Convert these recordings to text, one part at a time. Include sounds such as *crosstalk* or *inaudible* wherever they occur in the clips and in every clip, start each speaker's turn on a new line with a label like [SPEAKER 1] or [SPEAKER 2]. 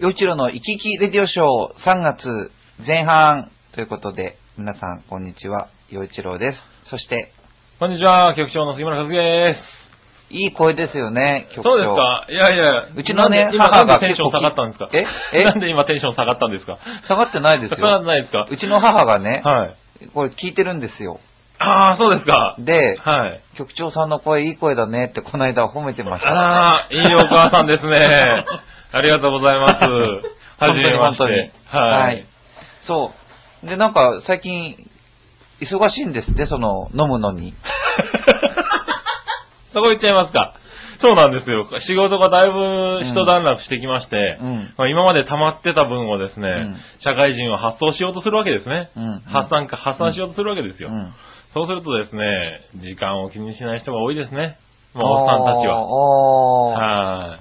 [SPEAKER 1] 洋一郎の生き生きレディオショー3月前半ということで、皆さんこんにちは、洋一郎です。そして、
[SPEAKER 2] こんにちは、局長の杉村和樹で
[SPEAKER 1] いい声ですよね、
[SPEAKER 2] す。
[SPEAKER 1] 局長。
[SPEAKER 2] そうですかいやいや、
[SPEAKER 1] うちのね
[SPEAKER 2] なんで今
[SPEAKER 1] 母が
[SPEAKER 2] なんでテンション下がったんですか
[SPEAKER 1] 結構きええ
[SPEAKER 2] *laughs* なんで今テンション下がったんですか
[SPEAKER 1] 下がってないです
[SPEAKER 2] 下がら
[SPEAKER 1] よ。
[SPEAKER 2] ないですか
[SPEAKER 1] うちの母がね、
[SPEAKER 2] はい。
[SPEAKER 1] これ聞いてるんですよ。
[SPEAKER 2] ああ、そうですか。
[SPEAKER 1] で、
[SPEAKER 2] はい。
[SPEAKER 1] 局長さんの声いい声だねってこの間褒めてました。
[SPEAKER 2] あら、いいお母さんです
[SPEAKER 1] *laughs*
[SPEAKER 2] ね。ありがとうございます。はじめまして。
[SPEAKER 1] は
[SPEAKER 2] はいい。。
[SPEAKER 1] そう。で、なんか最近、忙しいんですって、その、飲むのに。
[SPEAKER 2] そこ行っちゃいますか。そうなんですよ。仕事がだいぶ一段落してきまして、
[SPEAKER 1] うん
[SPEAKER 2] まあ今まで溜まってた分をですね、
[SPEAKER 1] ん
[SPEAKER 2] 社会人は発送しようとするわけですね。
[SPEAKER 1] うん
[SPEAKER 2] 発散か、発散しようとするわけです
[SPEAKER 1] う
[SPEAKER 2] よ。
[SPEAKER 1] ん。
[SPEAKER 2] そうするとですね、時間を気にしない人が多いですね。まあ、おっさんたちは。
[SPEAKER 1] は
[SPEAKER 2] はい。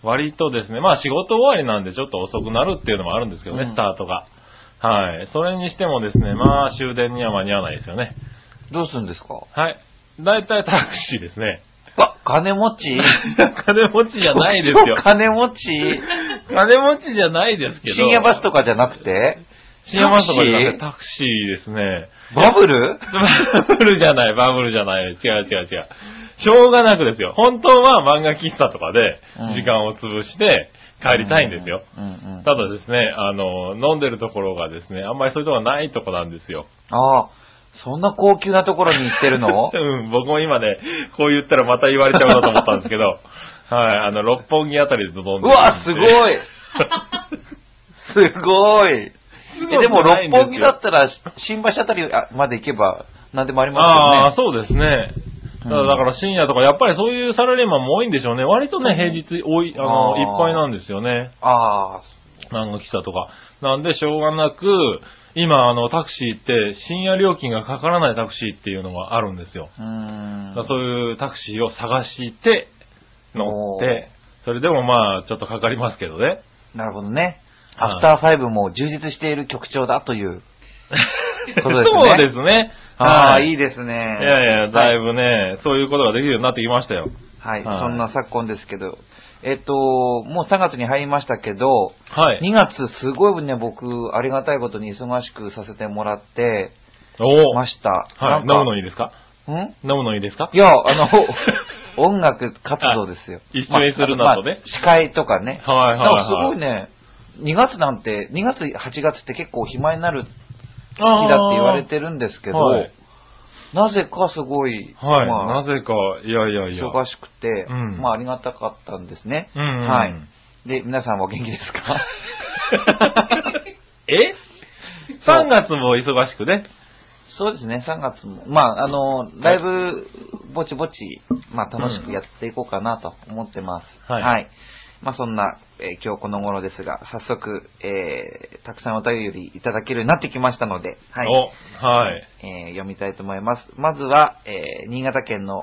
[SPEAKER 2] 割とですね、まあ仕事終わりなんでちょっと遅くなるっていうのもあるんですけどね、
[SPEAKER 1] うん
[SPEAKER 2] スタートが。はい。それにしてもですね、まあ終電には間に合わないですよね。
[SPEAKER 1] どうするんですか
[SPEAKER 2] はい。だいたいタクシーですね。
[SPEAKER 1] わ、金持ち
[SPEAKER 2] 金持ちじゃ *laughs* ないですよ
[SPEAKER 1] 超。 *laughs* 金持ち
[SPEAKER 2] 金持ちじゃないですけど。
[SPEAKER 1] 深夜バスとかじゃなくて
[SPEAKER 2] 深夜バスとかじゃなくて
[SPEAKER 1] タ
[SPEAKER 2] タクシーですね。
[SPEAKER 1] バブル
[SPEAKER 2] バブルじゃない、バブルじゃない。違う違う違う。しょうがなくですよ。本当は漫画喫茶とかで
[SPEAKER 1] うん
[SPEAKER 2] 時間を潰して帰りたいんですよ。。
[SPEAKER 1] うんうん。
[SPEAKER 2] ただですね、あの、飲んでるところがですね、あんまりそういうところないとこなんですよ。
[SPEAKER 1] ああ、そんな高級なところに行ってる
[SPEAKER 2] *laughs*
[SPEAKER 1] の
[SPEAKER 2] うん、僕も今ね、こう言ったらまた言われちゃうなと思ったん
[SPEAKER 1] *laughs*
[SPEAKER 2] ですけど、はい、あの、六本木あたりで飲んでるん
[SPEAKER 1] う
[SPEAKER 2] で
[SPEAKER 1] わ、すごいすごいえ、でも六本木だったら、新橋あたりあまで行けば、何でもあり
[SPEAKER 2] *laughs* ああ
[SPEAKER 1] ま
[SPEAKER 2] ー、そうですね。
[SPEAKER 1] う
[SPEAKER 2] た
[SPEAKER 1] ん
[SPEAKER 2] だだから深夜とか、やっぱりそういうサラリーマンも多いんでしょうね。割とね、平日多い、あ
[SPEAKER 1] あ
[SPEAKER 2] の、
[SPEAKER 1] ー
[SPEAKER 2] いっぱいなんですよね。
[SPEAKER 1] すよね。ああ、
[SPEAKER 2] 漫画喫茶とか。なんで、しょうがなく、今、あの、タクシーって、深夜料金がかからないタクシーっていうのがあるんですよ。
[SPEAKER 1] うーん
[SPEAKER 2] だから。そういうタクシーを探して、乗って、それでもまあ、ちょっとかかりますけどね。
[SPEAKER 1] なるほどね。
[SPEAKER 2] はい
[SPEAKER 1] アフターファイブも充実している局長だという。*laughs*
[SPEAKER 2] そ
[SPEAKER 1] そう
[SPEAKER 2] う
[SPEAKER 1] ですね
[SPEAKER 2] ですね。
[SPEAKER 1] ああ、いい
[SPEAKER 2] い
[SPEAKER 1] ですね。
[SPEAKER 2] いやいや、だいぶね、そういうことができるようになってきましたよ。
[SPEAKER 1] はい、
[SPEAKER 2] はい
[SPEAKER 1] そんな昨今ですけど、えっと、もう3月に入りましたけど、
[SPEAKER 2] はい。
[SPEAKER 1] 2月すごいね、僕、ありがたいことに忙しくさせてもらって
[SPEAKER 2] おお。
[SPEAKER 1] ました。
[SPEAKER 2] はい。
[SPEAKER 1] なん
[SPEAKER 2] 飲
[SPEAKER 1] か
[SPEAKER 2] むのいいですか
[SPEAKER 1] ん
[SPEAKER 2] 飲むのいいですか
[SPEAKER 1] いや、あの、 *laughs* 音楽活動ですよ。
[SPEAKER 2] あ一緒にする
[SPEAKER 1] まあ
[SPEAKER 2] などね
[SPEAKER 1] まあ司会とかね。
[SPEAKER 2] はいはいはい
[SPEAKER 1] なんかすごいね、2月なんて、2月、8月って結構暇になる
[SPEAKER 2] 好
[SPEAKER 1] 時期だって言われてるんですけど、
[SPEAKER 2] はい。
[SPEAKER 1] なぜかすごい、
[SPEAKER 2] はい
[SPEAKER 1] まあ
[SPEAKER 2] なぜか、いやいやいや。
[SPEAKER 1] 忙しくて、
[SPEAKER 2] うん
[SPEAKER 1] まあありがたかったんですね。
[SPEAKER 2] うんうんうん
[SPEAKER 1] はい。で、皆さんはお元気です
[SPEAKER 2] *laughs*
[SPEAKER 1] か
[SPEAKER 2] え ?3 月も忙しくね。
[SPEAKER 1] そうですね、3月も。まあ、あの、ライブ、ぼちぼち、まあ、楽しくやっていこうかなと思ってます。
[SPEAKER 2] うんはい
[SPEAKER 1] まあ、そんな、えー今日この頃ですが、早速、えーたくさんお便りいただけるようになってきましたので、はい。
[SPEAKER 2] お、はい。
[SPEAKER 1] えー読みたいと思います。まずは、えー新潟県の、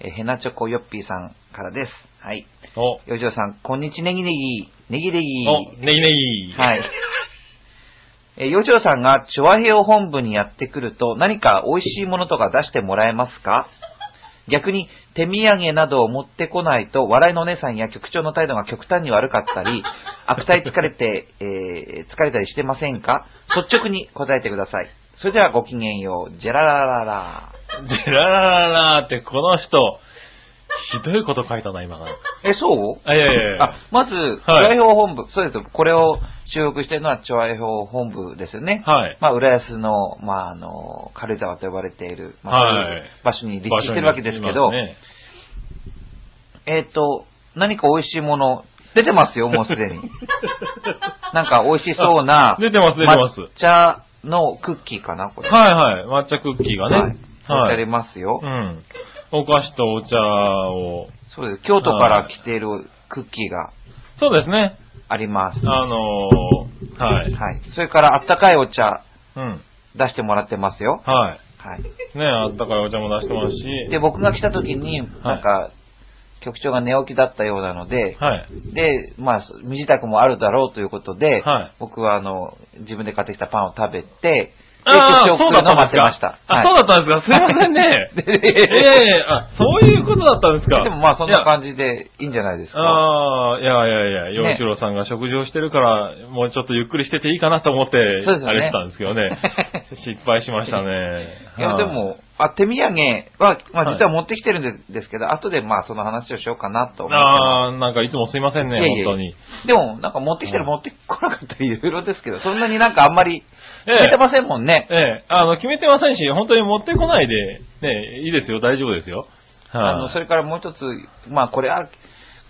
[SPEAKER 1] えーヘナチョコヨッピーさんからです。はい。
[SPEAKER 2] お、
[SPEAKER 1] よじろさん、こんにちネギネギ、ネギネギ。
[SPEAKER 2] お、ネギネギ。
[SPEAKER 1] はい。えー、洋一郎さんがチョアヘオ本部にやってくると何か美味しいものとか出してもらえますか逆に手土産などを持ってこないと笑いのお姉さんや局長の態度が極端に悪かった *laughs* り、悪態疲れて、えー疲れたりしてませんか率直に答えてください。それではごきげんよう。ジェララララ。
[SPEAKER 2] でららららって、この人、ひどいこと書いたな、今が。
[SPEAKER 1] え、そう
[SPEAKER 2] あ、いやいやい
[SPEAKER 1] あ
[SPEAKER 2] や。、
[SPEAKER 1] まず、チョアヘオ本部、そうです。これを収録してるのはチョアヘオ本部ですよね。
[SPEAKER 2] はい。
[SPEAKER 1] まあ、浦安の、まあ、あの、軽井沢と呼ばれている、まあ
[SPEAKER 2] はい
[SPEAKER 1] 場所に立地してるわけですけど、
[SPEAKER 2] 場所にいますね
[SPEAKER 1] えっ、と、何か美味しいもの、出てますよ、もうすでに。
[SPEAKER 2] *laughs*
[SPEAKER 1] なんか美味しそうな、 *laughs*
[SPEAKER 2] 出てます、出てます。
[SPEAKER 1] 抹茶のクッキーかな、これ。
[SPEAKER 2] はいはい。抹茶クッキーがね。
[SPEAKER 1] 置いて
[SPEAKER 2] は
[SPEAKER 1] あ
[SPEAKER 2] い。
[SPEAKER 1] りますよ、
[SPEAKER 2] うん。お菓子とお茶を。
[SPEAKER 1] そうです。京都から来ているクッキーが
[SPEAKER 2] そうですね。
[SPEAKER 1] あります。
[SPEAKER 2] あのー、はい。
[SPEAKER 1] はい。それから、あったかいお茶
[SPEAKER 2] うん。
[SPEAKER 1] 出してもらってますよ。
[SPEAKER 2] はい。
[SPEAKER 1] はい。
[SPEAKER 2] ねあったかいお茶も出してますし。
[SPEAKER 1] で、僕が来た時に、なんか、局長が寝起きだったようなので、
[SPEAKER 2] はい。
[SPEAKER 1] で、まあ、身支度もあるだろうということで、
[SPEAKER 2] はい
[SPEAKER 1] 僕はあの、自分で買ってきたパンを食べて、
[SPEAKER 2] ああ、
[SPEAKER 1] 口を
[SPEAKER 2] そう
[SPEAKER 1] 拭く
[SPEAKER 2] だった
[SPEAKER 1] の
[SPEAKER 2] んで
[SPEAKER 1] 待っ
[SPEAKER 2] す
[SPEAKER 1] てまし
[SPEAKER 2] か
[SPEAKER 1] た。。
[SPEAKER 2] あ、そうだったんですか。すいませんね。
[SPEAKER 1] で
[SPEAKER 2] え *laughs* えあ、そういうことだったんですか。
[SPEAKER 1] でもまあそんな感じでいいんじゃないです
[SPEAKER 2] じ。
[SPEAKER 1] か。
[SPEAKER 2] ああ、いやいやいや、洋
[SPEAKER 1] ね
[SPEAKER 2] 一郎さんが食事をしてるから、もうちょっとゆっくりしてていいかなと思って、
[SPEAKER 1] そうですよね
[SPEAKER 2] あれしてたんですけどね。
[SPEAKER 1] *laughs*
[SPEAKER 2] 失敗しましたね。
[SPEAKER 1] いや、
[SPEAKER 2] は
[SPEAKER 1] で、も、あ、手土産は、まあ実は持ってきてるんでですけど、後でまあその話をしようかなと思ってま
[SPEAKER 2] ああ、なんかいつもすいません
[SPEAKER 1] いえ
[SPEAKER 2] ね、
[SPEAKER 1] いえ
[SPEAKER 2] 本当に。
[SPEAKER 1] す。でも、なんか持ってきてる
[SPEAKER 2] うん
[SPEAKER 1] 持ってこなかったらいろいろですけど、そんなになんかあんまり
[SPEAKER 2] ええ
[SPEAKER 1] 決めてませんもんね。
[SPEAKER 2] ええ、あの、決めてませんし、本当に持ってこないで、ね、いいですよ、大丈夫ですよ。はい
[SPEAKER 1] あの、それからもう一つ、まあこれは、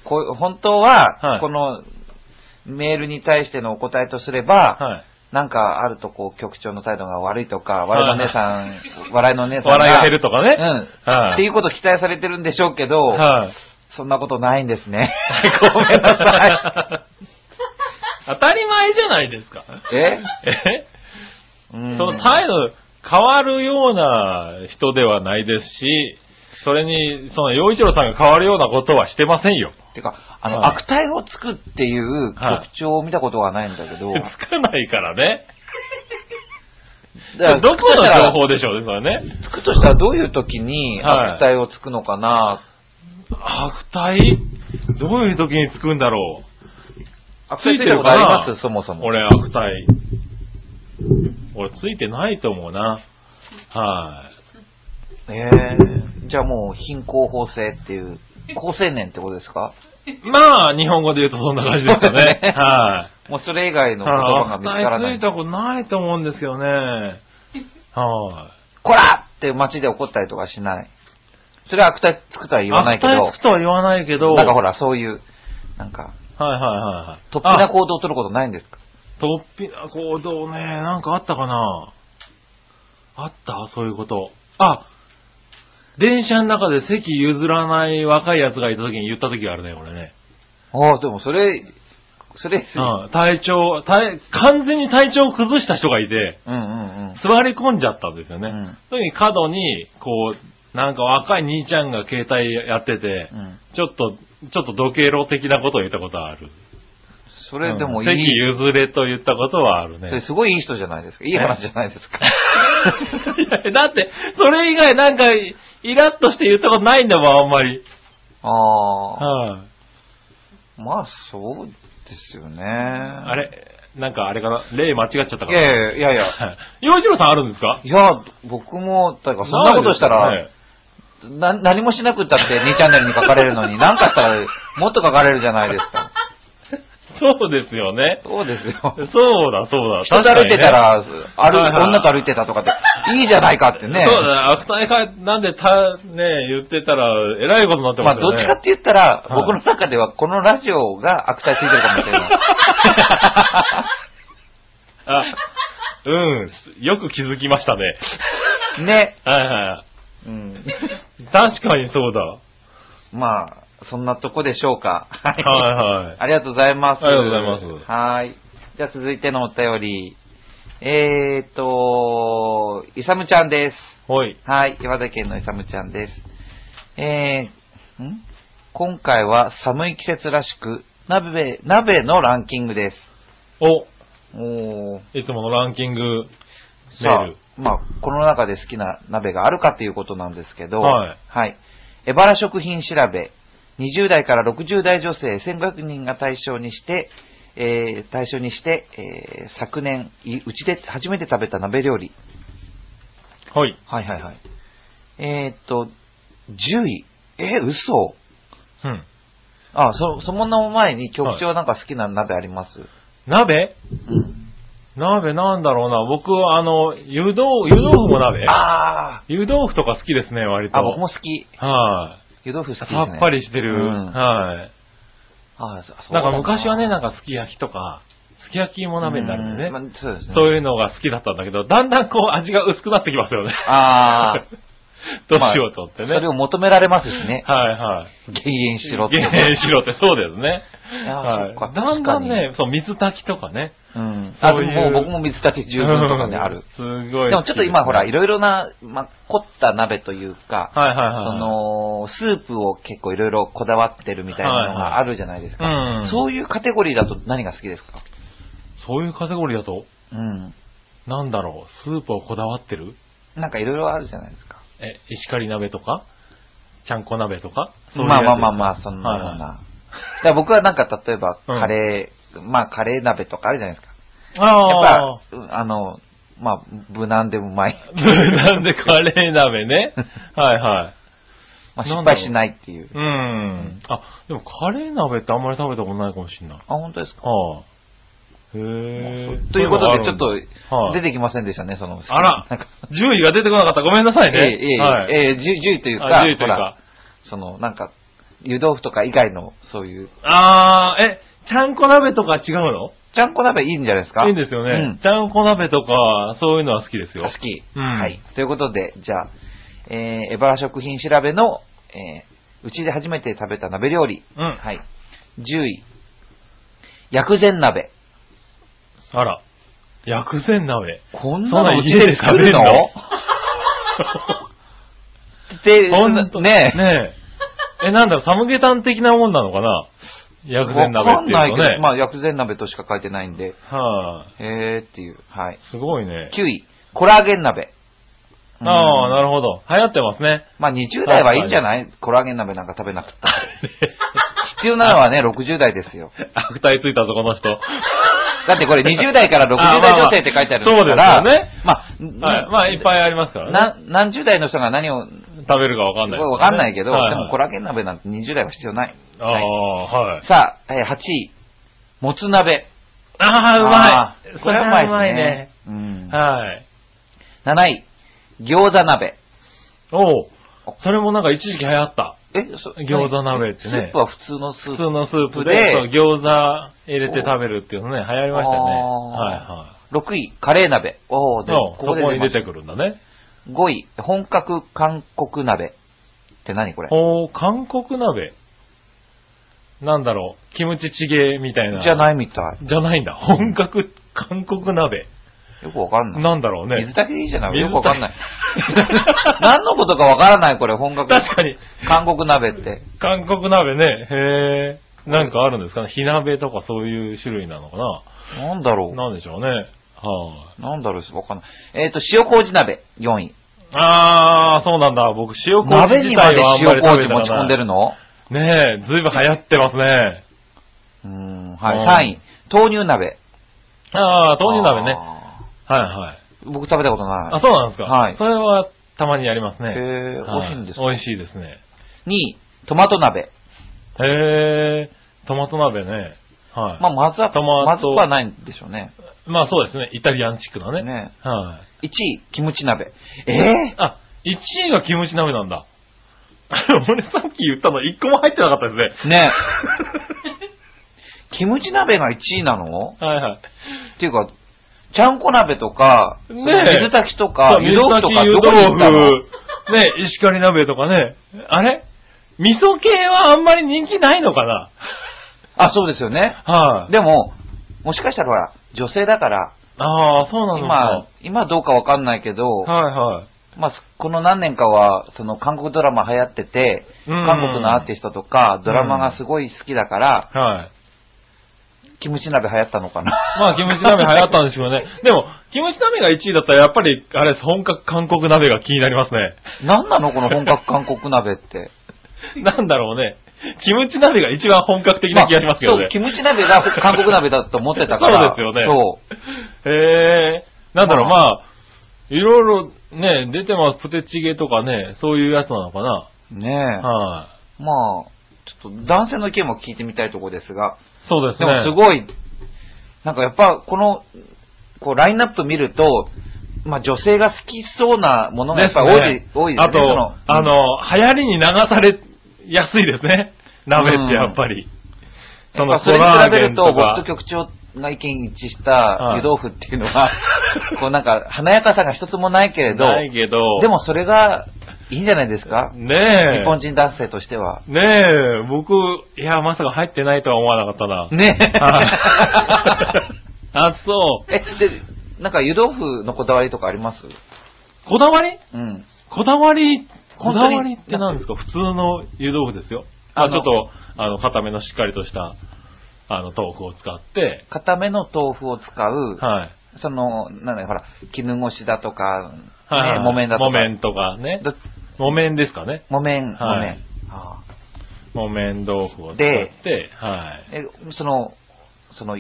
[SPEAKER 1] こう本当は
[SPEAKER 2] は、い
[SPEAKER 1] このメールに対してのお答えとすれば、
[SPEAKER 2] はい。
[SPEAKER 1] なんかあるとこう局長の態度が悪いとか、笑いの姉さん、笑いの姉さん
[SPEAKER 2] 笑いが減るとかね。
[SPEAKER 1] うん。
[SPEAKER 2] はい
[SPEAKER 1] っていうことを期待されてるんでしょうけど、
[SPEAKER 2] はい。
[SPEAKER 1] そんなことないんですね。
[SPEAKER 2] *laughs*
[SPEAKER 1] *laughs* ごめんなさ
[SPEAKER 2] い。当たり前じゃないですか。
[SPEAKER 1] い。え
[SPEAKER 2] え
[SPEAKER 1] そ
[SPEAKER 2] その態度変わるような人ではないですし、それに、その、洋一郎さんが変わるようなことはしてませんよ。
[SPEAKER 1] てか、あの、
[SPEAKER 2] はい
[SPEAKER 1] 悪態をつくっていう局長を見たことがないんだけど、
[SPEAKER 2] つかないからね。
[SPEAKER 1] だから
[SPEAKER 2] どこ
[SPEAKER 1] つくと
[SPEAKER 2] の
[SPEAKER 1] したら
[SPEAKER 2] 情報でしょうね、それね。
[SPEAKER 1] つくとしたらどういう時に
[SPEAKER 2] はい
[SPEAKER 1] 悪態をつくのかな、
[SPEAKER 2] 悪態どういう時につくんだろう。
[SPEAKER 1] 悪態ついたことありますそもそも。
[SPEAKER 2] 俺、悪態。俺、ついてないと思うな。はい。
[SPEAKER 1] えーじゃあもう貧困法制って
[SPEAKER 2] *laughs*
[SPEAKER 1] いう、高青年ってことですか。
[SPEAKER 2] まあ、日本語で言うとそんな感じですかねはい。
[SPEAKER 1] もうそれ以外の言葉が
[SPEAKER 2] あ
[SPEAKER 1] 見つからな
[SPEAKER 2] つ
[SPEAKER 1] い
[SPEAKER 2] い。たことないと思うんですけどね。は。
[SPEAKER 1] こらって街で怒ったりとかしない。それは悪態つくとはい言わないけ
[SPEAKER 2] 悪態つくとは言わないけど。
[SPEAKER 1] ど、なんかほ
[SPEAKER 2] ら。
[SPEAKER 1] ら、そういう、なんか、
[SPEAKER 2] はいはいはい。
[SPEAKER 1] 突飛な
[SPEAKER 2] あ
[SPEAKER 1] 行動を取ることないんですか
[SPEAKER 2] 突飛な行動ね。なんかあったかなあったそういうこと。あ電車の中で席譲らない若い奴がいた時に言った時があるね、これね。
[SPEAKER 1] ああ、でもそれ、それ、
[SPEAKER 2] うん。体調、体、完全に体調を崩した人がいて、
[SPEAKER 1] うんうんうん。
[SPEAKER 2] 座り込んじゃったんですよね。
[SPEAKER 1] うん
[SPEAKER 2] その時に角に、こう、なんか若い兄ちゃんが携帯やってて、
[SPEAKER 1] うん。
[SPEAKER 2] ちょっと、ちょっとドケロ的なことを言ったことはある。
[SPEAKER 1] それでもい
[SPEAKER 2] うん席
[SPEAKER 1] い、
[SPEAKER 2] 譲れと言ったことはある
[SPEAKER 1] そ
[SPEAKER 2] ね。
[SPEAKER 1] れすごいいい人じゃないですか。いい話じゃないですか。
[SPEAKER 2] *laughs* いやだって、それ以外なんか、イラッとして言ったことないんだもん、あんまり。
[SPEAKER 1] ああ。
[SPEAKER 2] はい
[SPEAKER 1] まあ、そうですよね。
[SPEAKER 2] あ
[SPEAKER 1] あ
[SPEAKER 2] れ、なんかあれかな、例間違っちゃったか
[SPEAKER 1] いやい
[SPEAKER 2] ら。
[SPEAKER 1] やいやいや。
[SPEAKER 2] はい *laughs* 洋一郎さんあるんですか
[SPEAKER 1] いや、僕も、だからそんなことした
[SPEAKER 2] い
[SPEAKER 1] ら
[SPEAKER 2] で、
[SPEAKER 1] な何もしなくったって2チャンネルに書かれる
[SPEAKER 2] *laughs*
[SPEAKER 1] のに、なんかしたらもっと書かれるじゃないですか。
[SPEAKER 2] すよねそうですよね。
[SPEAKER 1] そうですよ。
[SPEAKER 2] そうだ、そうだ。
[SPEAKER 1] 人と歩いてたら、歩
[SPEAKER 2] はいはい
[SPEAKER 1] 女と歩いてたとかって、いいじゃないかってね。
[SPEAKER 2] そうだね、悪態か、なんでた、ね、言ってたら、えらいことになって
[SPEAKER 1] ま
[SPEAKER 2] ま
[SPEAKER 1] あ、
[SPEAKER 2] す
[SPEAKER 1] ど
[SPEAKER 2] よ
[SPEAKER 1] っ
[SPEAKER 2] ね。
[SPEAKER 1] ちかって言ったら、
[SPEAKER 2] はい
[SPEAKER 1] 僕の中ではこのラジオが悪態ついてるかもしれない。
[SPEAKER 2] *laughs* あ、うん、よく気づきましたね。 *laughs*
[SPEAKER 1] ね。
[SPEAKER 2] はいは
[SPEAKER 1] うん。
[SPEAKER 2] い。確かにそうだ。は
[SPEAKER 1] まあ、そんなとこでしょうか。はい
[SPEAKER 2] はい。
[SPEAKER 1] *laughs* ありがとうございます。。
[SPEAKER 2] ありがとうございます
[SPEAKER 1] はい。じゃあ続いてのお便り。えーっと、いさむちゃんです。
[SPEAKER 2] ほい。
[SPEAKER 1] はい。岩手県のいさむちゃんです。えー、ん今回は寒い季節らしく、鍋、鍋のランキングです。
[SPEAKER 2] お、
[SPEAKER 1] おー。
[SPEAKER 2] いつものランキング、メ
[SPEAKER 1] さ
[SPEAKER 2] ー
[SPEAKER 1] あ
[SPEAKER 2] ル。、
[SPEAKER 1] まあ、この中で好きな鍋があるかということなんですけど、
[SPEAKER 2] はい。
[SPEAKER 1] エバラ食品調べ、20代から60代女性1500人が対象にして、えー対象にして、えー昨年、いうちで初めて食べた鍋料理。
[SPEAKER 2] ほい。
[SPEAKER 1] はいはいはい。えーっと、10位。えー、嘘
[SPEAKER 2] うん。
[SPEAKER 1] あ、そ、そもの前に局長なんか好きな鍋あります、
[SPEAKER 2] 鍋
[SPEAKER 1] うん
[SPEAKER 2] 鍋なんだろうな。僕、あの、湯豆、湯豆腐も鍋。
[SPEAKER 1] あー
[SPEAKER 2] 湯豆腐とか好きですね、割と。
[SPEAKER 1] あ、僕も好き。
[SPEAKER 2] はい。
[SPEAKER 1] 湯豆腐好きですね。
[SPEAKER 2] さっぱりして
[SPEAKER 1] う
[SPEAKER 2] る。
[SPEAKER 1] ん
[SPEAKER 2] はい。
[SPEAKER 1] あーそそう
[SPEAKER 2] な
[SPEAKER 1] だ
[SPEAKER 2] んか昔はね、なんかすき焼きとか、すき焼きも鍋になるんでね。
[SPEAKER 1] うまあそうですね。
[SPEAKER 2] そういうのが好きだったんだけど、だんだんこう味が薄くなってきま
[SPEAKER 1] *laughs*
[SPEAKER 2] すよね。
[SPEAKER 1] ああ、
[SPEAKER 2] *laughs* 年を取ってね。
[SPEAKER 1] それを求められますしね。
[SPEAKER 2] はいはい。
[SPEAKER 1] 減塩しろって。
[SPEAKER 2] *laughs* 減塩しろってそうですね。
[SPEAKER 1] いやー
[SPEAKER 2] は
[SPEAKER 1] そっか
[SPEAKER 2] だんだん
[SPEAKER 1] 確か
[SPEAKER 2] ね、そう、水炊きとかね。
[SPEAKER 1] うん。あ、
[SPEAKER 2] そ
[SPEAKER 1] で
[SPEAKER 2] うい
[SPEAKER 1] もも
[SPEAKER 2] う
[SPEAKER 1] う僕も水炊き十分とか
[SPEAKER 2] *laughs*
[SPEAKER 1] ね、
[SPEAKER 2] うん
[SPEAKER 1] ある。。
[SPEAKER 2] すご
[SPEAKER 1] で
[SPEAKER 2] い。
[SPEAKER 1] もちょっと今ほら、い
[SPEAKER 2] ろ。
[SPEAKER 1] ろいろな、まあ、凝った鍋というか、
[SPEAKER 2] はいはい
[SPEAKER 1] そ
[SPEAKER 2] はい。
[SPEAKER 1] の、スープを結構いろいろこだわってるみたいなのがあるじゃないですか。
[SPEAKER 2] うん。
[SPEAKER 1] そういうカテゴリーだと何が好きですか
[SPEAKER 2] そういうカテゴリーだと、
[SPEAKER 1] うん。
[SPEAKER 2] なんだろう、スープをこだわってる
[SPEAKER 1] なんかいろいろあるじゃないですか。
[SPEAKER 2] え、石狩鍋とかちゃんこ鍋とか
[SPEAKER 1] まあまあまあまあ、そんなよう
[SPEAKER 2] は
[SPEAKER 1] な。だから僕はなんか例えば、
[SPEAKER 2] うん
[SPEAKER 1] カレー、まあカレー鍋とかあるじゃないですか。
[SPEAKER 2] いはいああ。
[SPEAKER 1] やっぱ、うんあの、まあ、無難でうまい。
[SPEAKER 2] *laughs* なんでカレー
[SPEAKER 1] *laughs*
[SPEAKER 2] 鍋ね。はいはい。
[SPEAKER 1] まあ、
[SPEAKER 2] な
[SPEAKER 1] 失
[SPEAKER 2] んだろう
[SPEAKER 1] 敗しないっていう。
[SPEAKER 2] うん。あ、でもカレー鍋ってあんまり食べたことないかもしんない。
[SPEAKER 1] あ、本当ですか
[SPEAKER 2] はあ。へえ。
[SPEAKER 1] ということで、ちょっ
[SPEAKER 2] そういうのがある
[SPEAKER 1] と
[SPEAKER 2] んだ
[SPEAKER 1] 出てきませんでしたね、その。
[SPEAKER 2] あら
[SPEAKER 1] なんか
[SPEAKER 2] 10位が出てこなかった。ごめんなさい
[SPEAKER 1] え
[SPEAKER 2] ね。
[SPEAKER 1] え、ええ、
[SPEAKER 2] はい、
[SPEAKER 1] ええ、10位というか、
[SPEAKER 2] あ10位というか
[SPEAKER 1] ほらその、なんか、湯豆腐とか以外の、そういう、
[SPEAKER 2] あー、え、ちゃんこ鍋とか違うの
[SPEAKER 1] ちゃんこ鍋いいんじゃないですか
[SPEAKER 2] いいんですよね、
[SPEAKER 1] うん
[SPEAKER 2] ちゃんこ鍋とか、そういうのは好きですよ。
[SPEAKER 1] 好き。
[SPEAKER 2] うん
[SPEAKER 1] はい。ということで、じゃあ、えー、エバラ食品調べの、えー、うちで初めて食べた鍋料理。
[SPEAKER 2] うん
[SPEAKER 1] はい。10位。薬膳鍋。
[SPEAKER 2] あら。薬
[SPEAKER 1] *laughs*
[SPEAKER 2] 膳鍋。
[SPEAKER 1] こ
[SPEAKER 2] そ
[SPEAKER 1] んなのうち
[SPEAKER 2] 家
[SPEAKER 1] で作るの
[SPEAKER 2] 食べ
[SPEAKER 1] で
[SPEAKER 2] んのほんと
[SPEAKER 1] ねえ。
[SPEAKER 2] ねえ。え、なんだろう、サムゲタン的なもんなのかな薬膳鍋
[SPEAKER 1] わか
[SPEAKER 2] っ
[SPEAKER 1] ん
[SPEAKER 2] ていう
[SPEAKER 1] ない
[SPEAKER 2] の
[SPEAKER 1] け
[SPEAKER 2] ね。
[SPEAKER 1] ど、まあ薬膳鍋としか書いてないんで、
[SPEAKER 2] はい、
[SPEAKER 1] えーっていう。はい。
[SPEAKER 2] すごいね。
[SPEAKER 1] 9位。コラーゲン鍋。
[SPEAKER 2] ああ、な
[SPEAKER 1] る
[SPEAKER 2] るほど。流行ってま
[SPEAKER 1] *laughs*
[SPEAKER 2] すね。
[SPEAKER 1] まあ20代はいいんじゃないコラーゲン鍋なんか食べなくて。必要なのはね、60代です
[SPEAKER 2] *laughs*
[SPEAKER 1] よ。
[SPEAKER 2] あ、二人ついたぞ、この人。 *laughs*
[SPEAKER 1] だってこれ20代から60代女性って書いてあるんですから、
[SPEAKER 2] あまあまあそうですよね
[SPEAKER 1] まあ、
[SPEAKER 2] はい。まあ、いっぱいありますからね。
[SPEAKER 1] な何十代の人が何を、
[SPEAKER 2] 食べるかわかんないですらね、
[SPEAKER 1] わかんないけど、
[SPEAKER 2] はい
[SPEAKER 1] でもコラーゲン鍋なんて20代は必要ない。
[SPEAKER 2] ああ、はい。
[SPEAKER 1] さあ、えー8位。もつ鍋。
[SPEAKER 2] ああ、うまい。
[SPEAKER 1] あーこれはうまいですね。
[SPEAKER 2] それはうまいね。はい。
[SPEAKER 1] はい。7位。餃子鍋。
[SPEAKER 2] おうそれもなんか一時期流行った。
[SPEAKER 1] え、そ
[SPEAKER 2] 餃子鍋ってね
[SPEAKER 1] スープは普通のスープ。
[SPEAKER 2] 普通のスープ
[SPEAKER 1] で
[SPEAKER 2] で、そう餃子入れて食べるっていうのね、流行りましたよね。
[SPEAKER 1] あー
[SPEAKER 2] はいは
[SPEAKER 1] 6位、カレー鍋。おー、
[SPEAKER 2] い。
[SPEAKER 1] で、
[SPEAKER 2] そう、そこに
[SPEAKER 1] ま
[SPEAKER 2] 出
[SPEAKER 1] す
[SPEAKER 2] てくるんだね。
[SPEAKER 1] 5位、本格韓国鍋。って何これ
[SPEAKER 2] おー、韓国鍋。なんだろう、キムチチゲみたいな。
[SPEAKER 1] じゃ
[SPEAKER 2] い。
[SPEAKER 1] ないみた
[SPEAKER 2] じゃないんだ。本格韓国
[SPEAKER 1] い。
[SPEAKER 2] 鍋。
[SPEAKER 1] よくわかんない。
[SPEAKER 2] なんだろうね。
[SPEAKER 1] 水だけでいいじゃない
[SPEAKER 2] 水
[SPEAKER 1] よくわかんない。 *laughs*
[SPEAKER 2] だけ
[SPEAKER 1] 何のことかわからない、これ、本格。
[SPEAKER 2] 確かに。
[SPEAKER 1] 韓国鍋って。
[SPEAKER 2] 韓国鍋ね。へー。なんかあるんですかね。火鍋とかそういう種類なのかな。
[SPEAKER 1] なんだろ
[SPEAKER 2] なんでしょうね。は
[SPEAKER 1] う。なんだろう、わかんない。えっ、と、塩麹鍋、4位。
[SPEAKER 2] い。あー、そうなんだ。僕、塩麹
[SPEAKER 1] 鍋に
[SPEAKER 2] 自
[SPEAKER 1] ま
[SPEAKER 2] 体
[SPEAKER 1] で
[SPEAKER 2] はあんま
[SPEAKER 1] 塩
[SPEAKER 2] り食
[SPEAKER 1] 麹
[SPEAKER 2] べた
[SPEAKER 1] 持
[SPEAKER 2] こと
[SPEAKER 1] ち込んでるの
[SPEAKER 2] ないねえ、ずいぶん流行ってますね。
[SPEAKER 1] うーん、はい。3位、豆乳鍋。
[SPEAKER 2] あー、豆乳鍋ね。はい
[SPEAKER 1] あ
[SPEAKER 2] はい。
[SPEAKER 1] ー。僕食べたことない。
[SPEAKER 2] あ、そうなんですか。
[SPEAKER 1] はい
[SPEAKER 2] それは、たまにやりますね。
[SPEAKER 1] へー
[SPEAKER 2] は
[SPEAKER 1] 美味しいんですか
[SPEAKER 2] 美味しいですね。
[SPEAKER 1] 2位、トマト鍋。
[SPEAKER 2] へー、トマト鍋ね。はい。
[SPEAKER 1] まあ、まずは、
[SPEAKER 2] トマト
[SPEAKER 1] まずくはないんでしょうね。
[SPEAKER 2] まあそうですね。イタリアンチックなね。
[SPEAKER 1] ね
[SPEAKER 2] は
[SPEAKER 1] 1位、キムチ鍋。え
[SPEAKER 2] い。あ、1位がキムチ鍋なんだ。 *laughs* 俺さっき言ったの1個も入ってなかったです
[SPEAKER 1] ー、ね *laughs*
[SPEAKER 2] ね。
[SPEAKER 1] キムチ鍋が1位なの
[SPEAKER 2] *laughs* はいはい。
[SPEAKER 1] っていうか、ちゃんこ鍋とか、
[SPEAKER 2] ねえ
[SPEAKER 1] その水炊きとか、湯豆腐とか、
[SPEAKER 2] 水
[SPEAKER 1] どこ
[SPEAKER 2] 炊
[SPEAKER 1] に
[SPEAKER 2] き
[SPEAKER 1] 行ったの
[SPEAKER 2] 湯豆腐、ね、石狩鍋とかね。あれ味噌系はあんまり人気ないのかな
[SPEAKER 1] あ、そうですよね。
[SPEAKER 2] はい、
[SPEAKER 1] でも、もしかしたらほら、女性だから、
[SPEAKER 2] ああ、そうなの
[SPEAKER 1] 今
[SPEAKER 2] か。、
[SPEAKER 1] 今どうかわかんないけど、
[SPEAKER 2] はいはい。
[SPEAKER 1] まあ、すこの何年かは、その韓国ドラマ流行ってて、
[SPEAKER 2] うん
[SPEAKER 1] 韓国のアーティストとか、ドラマがすごい好きだから、
[SPEAKER 2] はい。
[SPEAKER 1] キムチ鍋流行ったのかな。
[SPEAKER 2] まあ、キムチ鍋流行ったんでしょうね。でも、キムチ鍋が1位だったら、やっぱり、あれ、本格韓国鍋が気になりますね。
[SPEAKER 1] *laughs* *laughs* 何なのこの本格韓国鍋って。
[SPEAKER 2] なんだろうね。キムチ鍋が一番本格的な気がしますけ
[SPEAKER 1] ま
[SPEAKER 2] ど
[SPEAKER 1] あそう、
[SPEAKER 2] ね。
[SPEAKER 1] キムチ鍋が *laughs* 韓国鍋だと思ってたから。
[SPEAKER 2] そうですよね
[SPEAKER 1] そう。
[SPEAKER 2] へえー、なんだろう、
[SPEAKER 1] ま
[SPEAKER 2] まあ、いろいろね、出てます。プテチゲとかね、そういうやつなのかな。
[SPEAKER 1] ねえ。
[SPEAKER 2] はい、
[SPEAKER 1] まあ、ちょっと男性の意見も聞いてみたいところですが、
[SPEAKER 2] そうです
[SPEAKER 1] で
[SPEAKER 2] ね。
[SPEAKER 1] もすごい、なんかやっぱこの、こうラインナップ見ると、まあ女性が好きそうなものがやっぱ多い、
[SPEAKER 2] ね
[SPEAKER 1] 多いですね。
[SPEAKER 2] あと、
[SPEAKER 1] その
[SPEAKER 2] あの、流行りに流されやすいですね。鍋ってやっぱり。
[SPEAKER 1] やっぱそれに比べると、僕と局長が意見一致した
[SPEAKER 2] はい
[SPEAKER 1] 湯豆腐っていうの
[SPEAKER 2] *laughs*
[SPEAKER 1] は、こうなんか華やかさが一つもないけれど、
[SPEAKER 2] ないけど、
[SPEAKER 1] でもそれがいいんじゃないですか、
[SPEAKER 2] ねえ、
[SPEAKER 1] 日本人男性としては。
[SPEAKER 2] ねえ、僕、いや、まさか入ってないとは思わなかったな。
[SPEAKER 1] ね
[SPEAKER 2] はい
[SPEAKER 1] *laughs*
[SPEAKER 2] あ、そう。
[SPEAKER 1] え、で、なんか湯豆腐のこだわりとかあります
[SPEAKER 2] こだわり
[SPEAKER 1] うん。
[SPEAKER 2] こだわり、こ
[SPEAKER 1] 本
[SPEAKER 2] だ
[SPEAKER 1] 当に
[SPEAKER 2] わりって何ですか普通の湯豆腐ですよ。
[SPEAKER 1] あ
[SPEAKER 2] あ、
[SPEAKER 1] の
[SPEAKER 2] ちょっと、あの、固めのしっかりとした、あの、豆腐を使って、
[SPEAKER 1] 固めの豆腐を使う、
[SPEAKER 2] はい。
[SPEAKER 1] その、なんだよ、ほら、絹ごしだとか、
[SPEAKER 2] はいはい
[SPEAKER 1] ね、木綿だとか。
[SPEAKER 2] 木綿とかね。
[SPEAKER 1] ど
[SPEAKER 2] 木綿ですかね。
[SPEAKER 1] 木綿、木綿。
[SPEAKER 2] はい
[SPEAKER 1] ああ
[SPEAKER 2] 木綿豆腐を使って、はい。
[SPEAKER 1] え、その、その、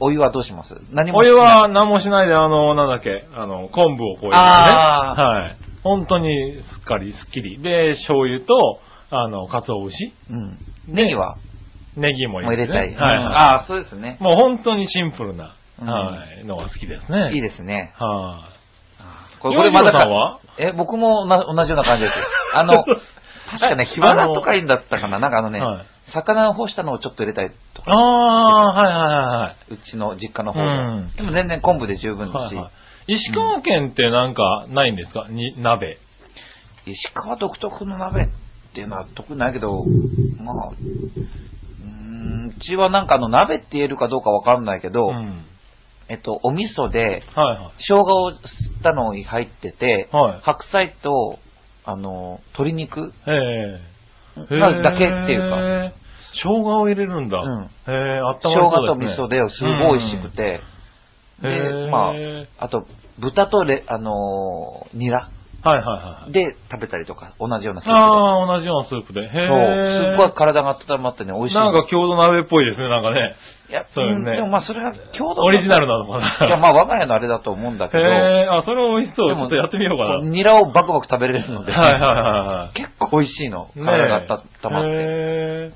[SPEAKER 1] おお湯はどうします何も
[SPEAKER 2] お湯
[SPEAKER 1] し
[SPEAKER 2] は何もしないで、あの、なんだっけ、あの、昆布をこう入れてね。
[SPEAKER 1] あー
[SPEAKER 2] はい。本当にすっかりすっきり。で、醤油と、あの、鰹節、
[SPEAKER 1] ない、うん。ネギは
[SPEAKER 2] ネギも
[SPEAKER 1] もう入
[SPEAKER 2] 入
[SPEAKER 1] れ
[SPEAKER 2] れて、
[SPEAKER 1] たい。
[SPEAKER 2] ね。
[SPEAKER 1] うん
[SPEAKER 2] はい。
[SPEAKER 1] ああ、そうですね。
[SPEAKER 2] もう本当にシンプルな、
[SPEAKER 1] うん
[SPEAKER 2] はい、のが好きですね。
[SPEAKER 1] いい
[SPEAKER 2] で
[SPEAKER 1] ですね。
[SPEAKER 2] す。はい。
[SPEAKER 1] これ、これまだ
[SPEAKER 2] 洋次郎さんは
[SPEAKER 1] え、僕もな同じような感じですよ。あ
[SPEAKER 2] *laughs*
[SPEAKER 1] の、確かね、
[SPEAKER 2] あ
[SPEAKER 1] ヒワナとかいいんだったかな。なんかあのね、
[SPEAKER 2] はい
[SPEAKER 1] 魚を干したのをちょっと入れたりとか、
[SPEAKER 2] ああ、はいはいはいはい。
[SPEAKER 1] うちの実家の方で。
[SPEAKER 2] うん
[SPEAKER 1] でも全然昆布で十分だ
[SPEAKER 2] はい
[SPEAKER 1] し、
[SPEAKER 2] はい、石川県ってなんかないんですか、に鍋。
[SPEAKER 1] 石川独特の鍋っていうのは特にないけど、まあ、うーんうちはなんかあの鍋って言えるかどうかわかんないけど、
[SPEAKER 2] うん。はい
[SPEAKER 1] えっと、お味噌で、
[SPEAKER 2] は
[SPEAKER 1] 生姜を吸ったのに入ってて、
[SPEAKER 2] はい
[SPEAKER 1] 白菜と、あの、鶏肉
[SPEAKER 2] い。ええ
[SPEAKER 1] まあだけっていうか、
[SPEAKER 2] か。生姜を入れるんだ。
[SPEAKER 1] うん
[SPEAKER 2] へえ、あった
[SPEAKER 1] 生姜
[SPEAKER 2] まりそ
[SPEAKER 1] と
[SPEAKER 2] う
[SPEAKER 1] 味
[SPEAKER 2] ですね
[SPEAKER 1] 噌ですごい美味しく。て、
[SPEAKER 2] うんへ
[SPEAKER 1] で、
[SPEAKER 2] え
[SPEAKER 1] ま
[SPEAKER 2] はい
[SPEAKER 1] あ、あと、豚とレ、あのーニラ
[SPEAKER 2] はいはい。
[SPEAKER 1] で食べたりとか、同じようなスー
[SPEAKER 2] ああ、同じようなスープで。へ
[SPEAKER 1] プで。
[SPEAKER 2] え
[SPEAKER 1] そう、すっごい体が温まってね、美味しい。
[SPEAKER 2] なんか、郷土鍋っぽいですね、なんかね。
[SPEAKER 1] いや、
[SPEAKER 2] そうよ
[SPEAKER 1] ん
[SPEAKER 2] ね
[SPEAKER 1] でもまあ、それは郷土
[SPEAKER 2] オリジナルなのか
[SPEAKER 1] いや、
[SPEAKER 2] な。
[SPEAKER 1] まあ、我が家のあれだと思うんだけ
[SPEAKER 2] へ
[SPEAKER 1] ど、
[SPEAKER 2] え、あ、それ美味しそう。
[SPEAKER 1] で
[SPEAKER 2] ち
[SPEAKER 1] も
[SPEAKER 2] ょっとやってみようかな。
[SPEAKER 1] こうニラをバクバク食べれるので、
[SPEAKER 2] はいはいは
[SPEAKER 1] 結構美味しいの。
[SPEAKER 2] いはい。
[SPEAKER 1] 体が温
[SPEAKER 2] た
[SPEAKER 1] まって。
[SPEAKER 2] て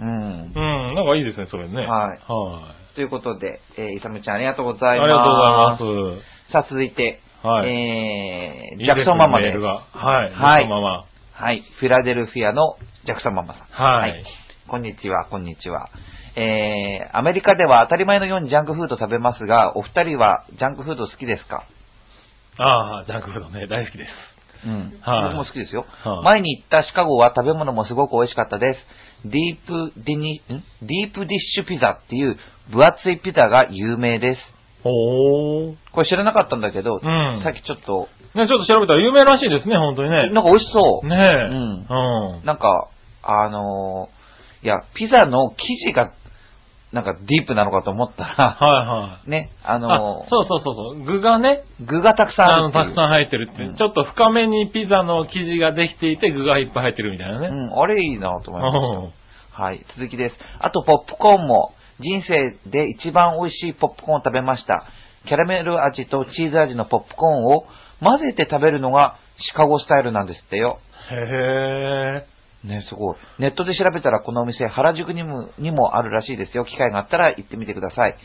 [SPEAKER 1] う。ん
[SPEAKER 2] う。ん、なんかいいですね、それね。
[SPEAKER 1] はい
[SPEAKER 2] は
[SPEAKER 1] ということで、えー、イサムちゃんありがとうご
[SPEAKER 2] い。あ
[SPEAKER 1] ざい
[SPEAKER 2] り
[SPEAKER 1] ます。
[SPEAKER 2] がとうございます。
[SPEAKER 1] さあ、続いて、
[SPEAKER 2] はい
[SPEAKER 1] えー、
[SPEAKER 2] いいすね
[SPEAKER 1] ジャクソンママで
[SPEAKER 2] メー
[SPEAKER 1] す
[SPEAKER 2] ル。がはい。ジ
[SPEAKER 1] は
[SPEAKER 2] ャ
[SPEAKER 1] い
[SPEAKER 2] クソンママ。
[SPEAKER 1] はい。フィラデルフィアのジャクソンママさん。
[SPEAKER 2] はい
[SPEAKER 1] こんにちは、こんにちは。えー、アメリカでは当たり前のようにジャンクフード食べますが、お二人はジャンクフード好きですか
[SPEAKER 2] ああ、ジャンクフードね、大好きです。
[SPEAKER 1] うん。
[SPEAKER 2] は
[SPEAKER 1] 僕
[SPEAKER 2] い
[SPEAKER 1] も好きですよ、
[SPEAKER 2] はい
[SPEAKER 1] 前に行ったシカゴは食べ物もすごく美味しかったです。ディープディニ、んディープディッシュピザっていう分厚いピザが有名です。
[SPEAKER 2] おー。
[SPEAKER 1] これ知らなかったんだけど、
[SPEAKER 2] うん
[SPEAKER 1] さっきちょっと、
[SPEAKER 2] ね、ちょっと調べたら有名らしいですね、本当にね。
[SPEAKER 1] なんか美味しそう。
[SPEAKER 2] ねえ。
[SPEAKER 1] う
[SPEAKER 2] うんん。
[SPEAKER 1] なんか、あのーいや、ピザの生地が、なんかディープなのかと思った
[SPEAKER 2] *laughs*
[SPEAKER 1] ら、
[SPEAKER 2] はいはい。
[SPEAKER 1] ね、あの
[SPEAKER 2] あ、そうそうそうそう。具がね、
[SPEAKER 1] ー具がたくさん
[SPEAKER 2] あ
[SPEAKER 1] ある
[SPEAKER 2] の、
[SPEAKER 1] ってい
[SPEAKER 2] た
[SPEAKER 1] う。
[SPEAKER 2] くさん入ってるって、
[SPEAKER 1] うん
[SPEAKER 2] ちょっと深めにピザの生地ができていて、具がいっぱい入ってるみたいなね。
[SPEAKER 1] うん、あれいいなと
[SPEAKER 2] う
[SPEAKER 1] 思いました。
[SPEAKER 2] ん。
[SPEAKER 1] はい、続きです。あと、ポップコーンも、人生で一番美味しいポップコーンを食べました。キャラメル味とチーズ味のポップコーンを混ぜて食べるのがシカゴスタイルなんですってよ。
[SPEAKER 2] へえ。
[SPEAKER 1] ね、すごい。ネットで調べたらこのお店、原宿にもにもあるらしいですよ。機会があったら行ってみてください。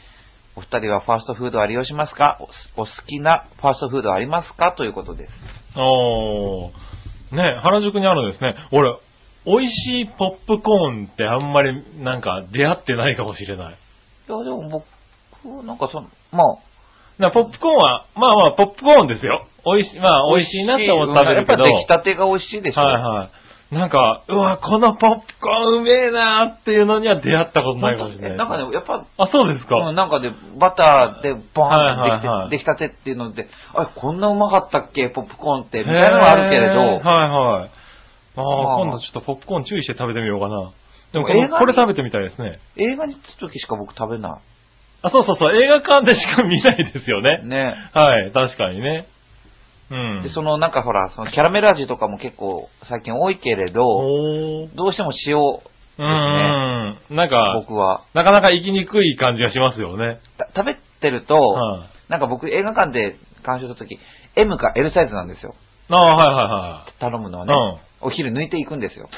[SPEAKER 1] お二人はファーストフードは利用しますかおお好きなファーストフードはありますかということです。
[SPEAKER 2] おー。ね、原宿にあるんですね。俺、美味しいポップコーンってあんまりなんか出会ってないかもしれな
[SPEAKER 1] い
[SPEAKER 2] い。
[SPEAKER 1] や、でも僕、なんかその、ま
[SPEAKER 2] なポップコーンは、まあまあ、ポップコーンですよ。美味しい、まあ、
[SPEAKER 1] あ、
[SPEAKER 2] 美味しいなって思って食べるけど。
[SPEAKER 1] やっぱ出来たてが美味しいでしょ。
[SPEAKER 2] はいはい。なんか、うわ、このポップコーンうめえなーっていうのには出会ったことないかもしれない。
[SPEAKER 1] なんかね、やっぱ、
[SPEAKER 2] あ、そうですか。
[SPEAKER 1] うんなんかで、バターでバーンってできて、
[SPEAKER 2] はいはいはい
[SPEAKER 1] 出来たてっていうので、あ、こんなうまかったっけポップコーンって、みたいなのはあるけれ
[SPEAKER 2] へー
[SPEAKER 1] ど、
[SPEAKER 2] はいはい。あ
[SPEAKER 1] まあ
[SPEAKER 2] あ、今度ちょっとポップコーン注意して食べてみようかな。でもこ
[SPEAKER 1] 映画
[SPEAKER 2] れ
[SPEAKER 1] に
[SPEAKER 2] これ食べてみたいですね。
[SPEAKER 1] 映画に行った時しか僕食べな
[SPEAKER 2] あ、そうそうそう、映画館でしか見ないですよ
[SPEAKER 1] い。
[SPEAKER 2] ね。
[SPEAKER 1] ね。
[SPEAKER 2] はい、確かにね。うん。
[SPEAKER 1] で、そのなんかほら、そのキャラメル味とかも結構最近多いけれど、
[SPEAKER 2] おー
[SPEAKER 1] どうしても塩、
[SPEAKER 2] うんうん。なんか、
[SPEAKER 1] 僕は、
[SPEAKER 2] なかなか行きにくい感じがしますよね。
[SPEAKER 1] た食べてると、
[SPEAKER 2] はい。
[SPEAKER 1] なんか僕映画館で鑑賞した時、M か L サイズなんですよ。
[SPEAKER 2] ああ、はい
[SPEAKER 1] 頼むのは
[SPEAKER 2] はい
[SPEAKER 1] ね。
[SPEAKER 2] はい。うん。
[SPEAKER 1] お昼抜いていくんですよ。